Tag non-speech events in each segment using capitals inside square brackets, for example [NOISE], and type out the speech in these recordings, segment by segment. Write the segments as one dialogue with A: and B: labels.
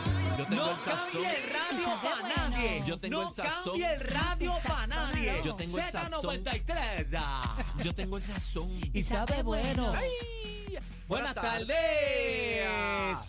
A: cambie el radio para nadie.
B: Yo tengo
A: no
B: el sazón.
A: cambie el radio para nadie.
B: Yo tengo el sazón.
C: [LAUGHS]
A: Z93. ah,
B: Yo tengo el sazón.
A: Y sabe bueno. Buenas
B: Buenas
A: tardes.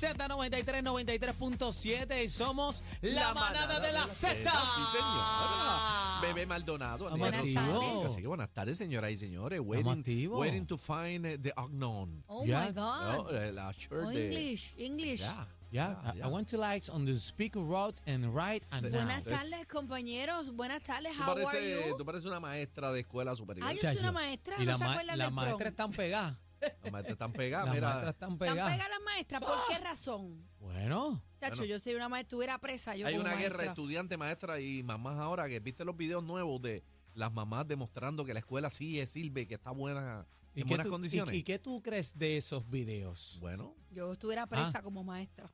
A: Z93 93.7 y somos la manada de la Z.
B: Sí, señora. Bebé Maldonado.
A: Estamos
B: Adriana
A: activos.
B: Rodríguez. Así que buenas tardes, señoras y señores. Waiting,
A: activos.
B: waiting to find eh, the unknown.
D: Oh
C: Yeah.
D: my
B: No,
D: God.
B: eh, la shirt
D: Oh,
B: de-
D: English, English.
B: Ya,
C: Yeah,
B: ya,
C: I-
B: ya.
C: I, want to lights on the speaker road and right and
D: Buenas
C: now.
D: tardes, compañeros. Buenas tardes.
B: Tú
D: How are
B: pareces,
D: you?
B: tú pareces una maestra de escuela superior.
D: Ay, yo soy
C: Chacho.
D: una maestra.
C: Y
D: ¿No
C: la,
D: se
C: ma-
D: acuerdan
C: la
D: del
C: maestra
D: prom?
C: están pegadas.
B: Las maestras están
C: Las
B: pegadas, Ah, mira.
C: maestras están
D: ¿Tan
C: pegadas.
D: pega la maestra? ¿Por qué razón?
C: Bueno,
D: Chacho,
B: Bueno.
D: yo soy una maestra. Estuviera presa. Yo
B: Hay
D: como
B: una
D: maestra.
B: guerra estudiante, maestra y mamás ahora que viste los videos nuevos de las mamás demostrando que la escuela sí es- sirve, que está buena, en
C: qué
B: buenas
C: tú,
B: condiciones.
C: y- y qué tú crees de esos videos?
B: Bueno,
D: Yo estuviera presa como maestra.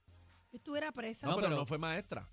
D: Yo estuviera presa.
B: no, pero,
C: pero-
B: no fue maestra.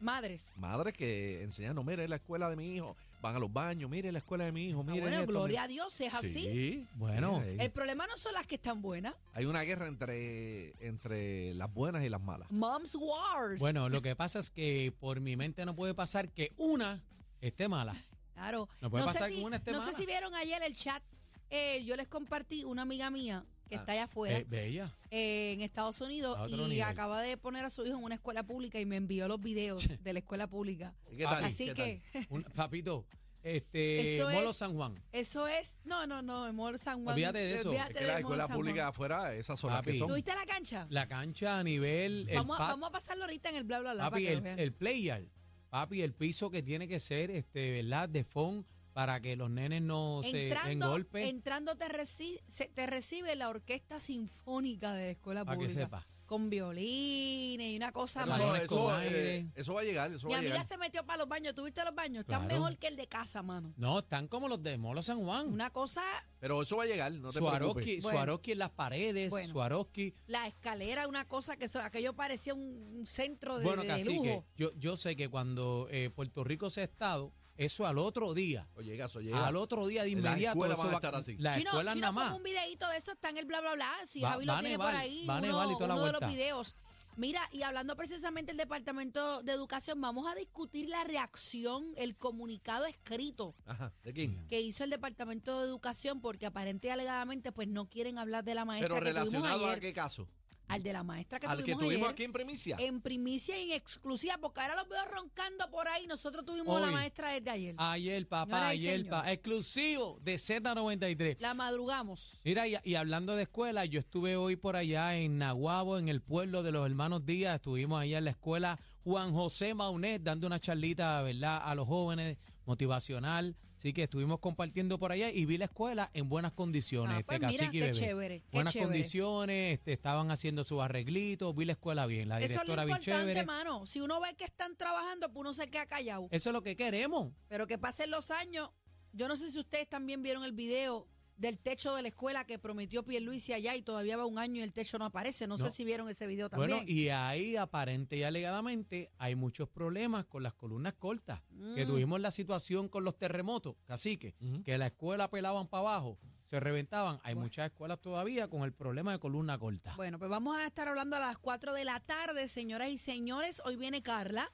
D: Madres.
B: Madres que enseñan, no, mire la escuela de mi hijo, van a los baños, mire la escuela de mi hijo,
D: Ah,
B: mire.
D: bueno,
B: esto,
D: gloria a Dios, es
B: mire".
D: así.
B: Sí,
C: Bueno.
B: sí,
D: El
B: hay,
D: problema no son las que están buenas.
B: hay una guerra entre, entre las buenas y las malas.
D: Mom's Wars.
C: Bueno, lo que pasa es que por mi mente no puede pasar que una esté mala.
D: Claro.
C: No puede
D: sé
C: pasar
D: si-
C: que una esté
D: No sé
C: mala.
D: si vieron ayer el chat. Eh, yo les compartí una amiga mía que está allá afuera.
C: Eh, bella.
D: eh, en Estados Unidos
C: A
D: y
C: otro nivel.
D: acaba de poner a su hijo en una escuela pública y me envió los videos de la escuela pública.
B: ¿Qué tal?
D: Así
B: ¿Qué
D: que
C: Un- papito, este,
D: Eso
C: Molo
D: es-
C: San Juan.
D: eso es, no, no, no, de Mall San Juan.
C: Olvídate de eso.
B: Es
D: olvídate
B: que las
D: de Mall
B: escuelas
D: San Juan.
B: públicas afuera, esas son las que
C: Papi.
B: son.
D: ¿Tuviste la cancha?
C: La cancha a nivel. el
D: vamos, a,
C: pa-
D: vamos a pasarlo ahorita en el bla bla bla. para
C: Papi,
D: que lo
C: el,
D: vean.
C: el player. Papi, el piso que tiene que ser, este, ¿verdad? De fondo para que los nenes no se den
D: entrando,
C: golpe.
D: entrando te, reci- se- te recibe la orquesta sinfónica de la escuela
C: Pa' que
D: pública.
C: sepa.
D: Con violines y una cosa
B: Eso,
C: Salones
B: no,
D: mano.
B: eso,
C: con
B: eh,
C: aire.
B: eso va a llegar, eso
D: Mi
B: va a
D: amiga
B: llegar.
D: se metió para los baños. ¿Tuviste los baños? Están
C: Claro.
D: mejor que el de casa, mano.
C: No, están como los de Molo San Juan.
D: Una cosa,
B: Pero eso va a llegar, no te
C: Swarovski,
B: preocupes.
D: Bueno.
C: Swarovski en las paredes,
D: Bueno.
C: Swarovski.
D: la escalera, una cosa que eso- aquello parecía un un centro de,
C: Bueno,
D: de
C: casi que
D: lujo.
C: yo, yo sé que cuando eh, Puerto Rico se ha estado, eso al otro día,
B: O llega, eso llega.
C: al otro día de
B: Las
C: inmediato,
B: escuelas
C: eso
B: van a
C: va-
B: estar así.
C: las
D: Chino,
C: escuelas
D: Chino,
C: nada más.
D: pongo un videito de eso, está en el bla, bla, bla. Si
C: Va-
D: Javi lo
C: va a
D: tiene
C: nevar,
D: por ahí,
C: va a
D: uno,
C: nevar y toda la
D: uno de los
C: vuelta.
D: videos. Mira, y hablando precisamente del Departamento de Educación, vamos a discutir la reacción, el comunicado escrito
B: Ajá, ¿de quién?
D: que hizo el Departamento de Educación, porque aparente y alegadamente pues no quieren hablar de la maestra
B: Pero
D: que tuvimos
B: relacionado
D: ayer.
B: a qué caso?
D: Al de la maestra que
B: Al que
D: tuvimos,
B: tuvimos
D: ayer,
B: aquí en primicia.
D: en primicia y en exclusiva, porque ahora los veo roncando por ahí. Nosotros tuvimos a la
C: Hoy.
D: maestra desde ayer.
C: Ayer, papá,
D: Señoras y
C: ayer,
D: señores.
C: papá. Exclusivo de Z93.
D: La madrugamos.
C: Mira, y, y hablando de escuela, yo estuve hoy por allá en Nahuabo, en el pueblo de los hermanos Díaz. Estuvimos allá en la escuela Juan José Maunet dando una charlita, ¿verdad?, a los jóvenes, motivacional. Así que estuvimos compartiendo por allá y vi la escuela en buenas condiciones.
D: Ah,
C: este,
D: pues mira,
C: cacique y
D: qué
C: bebé.
D: chévere, qué
C: Buenas
D: chévere.
C: condiciones, este, estaban haciendo sus arreglitos, vi la escuela bien, la
D: Eso es lo
C: directora bien
D: importante,
C: chévere.
D: mano. Si uno ve que están trabajando, pues uno se queda callado.
C: Eso es lo que queremos.
D: Pero que pasen los años. Yo no sé si ustedes también vieron el video del techo de la escuela que prometió Pierluisi allá y todavía va un año y el techo no aparece. No,
C: No.
D: sé si vieron ese video también.
C: Bueno, y ahí aparente y alegadamente hay muchos problemas con las columnas cortas,
D: Mm.
C: que tuvimos la situación con los terremotos, cacique, que la escuela pelaban para abajo, se reventaban. Hay muchas escuelas todavía con el problema de columna corta.
D: Bueno, pues vamos a estar hablando a las 4 de la tarde, señoras y señores. Hoy viene Carla.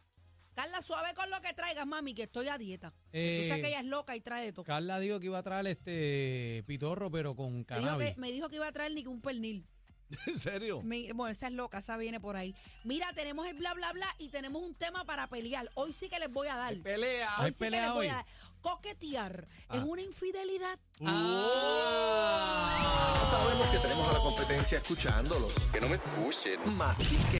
D: Carla, suave con lo que traigas, mami, que estoy a dieta.
C: Eh,
D: Tú sabes que ella es loca y trae de todo.
C: Carla dijo que iba a traer este pitorro, pero con
D: Me dijo,
C: cannabis.
D: que, me dijo que iba a traer ni que un pernil.
B: [LAUGHS] ¿En serio?
D: Mi- bueno, esa es loca, esa viene por ahí. Mira, tenemos el bla, bla, bla y tenemos un tema para pelear. Hoy sí que les voy a dar.
B: Hay pelea.
C: Ay,
D: Hoy sí que
C: pelea
D: les voy
C: hoy.
D: a dar. Coquetear es una infidelidad.
C: Ah.
E: Sabemos que tenemos a la competencia escuchándolos.
F: Que no me escuchen.
E: Más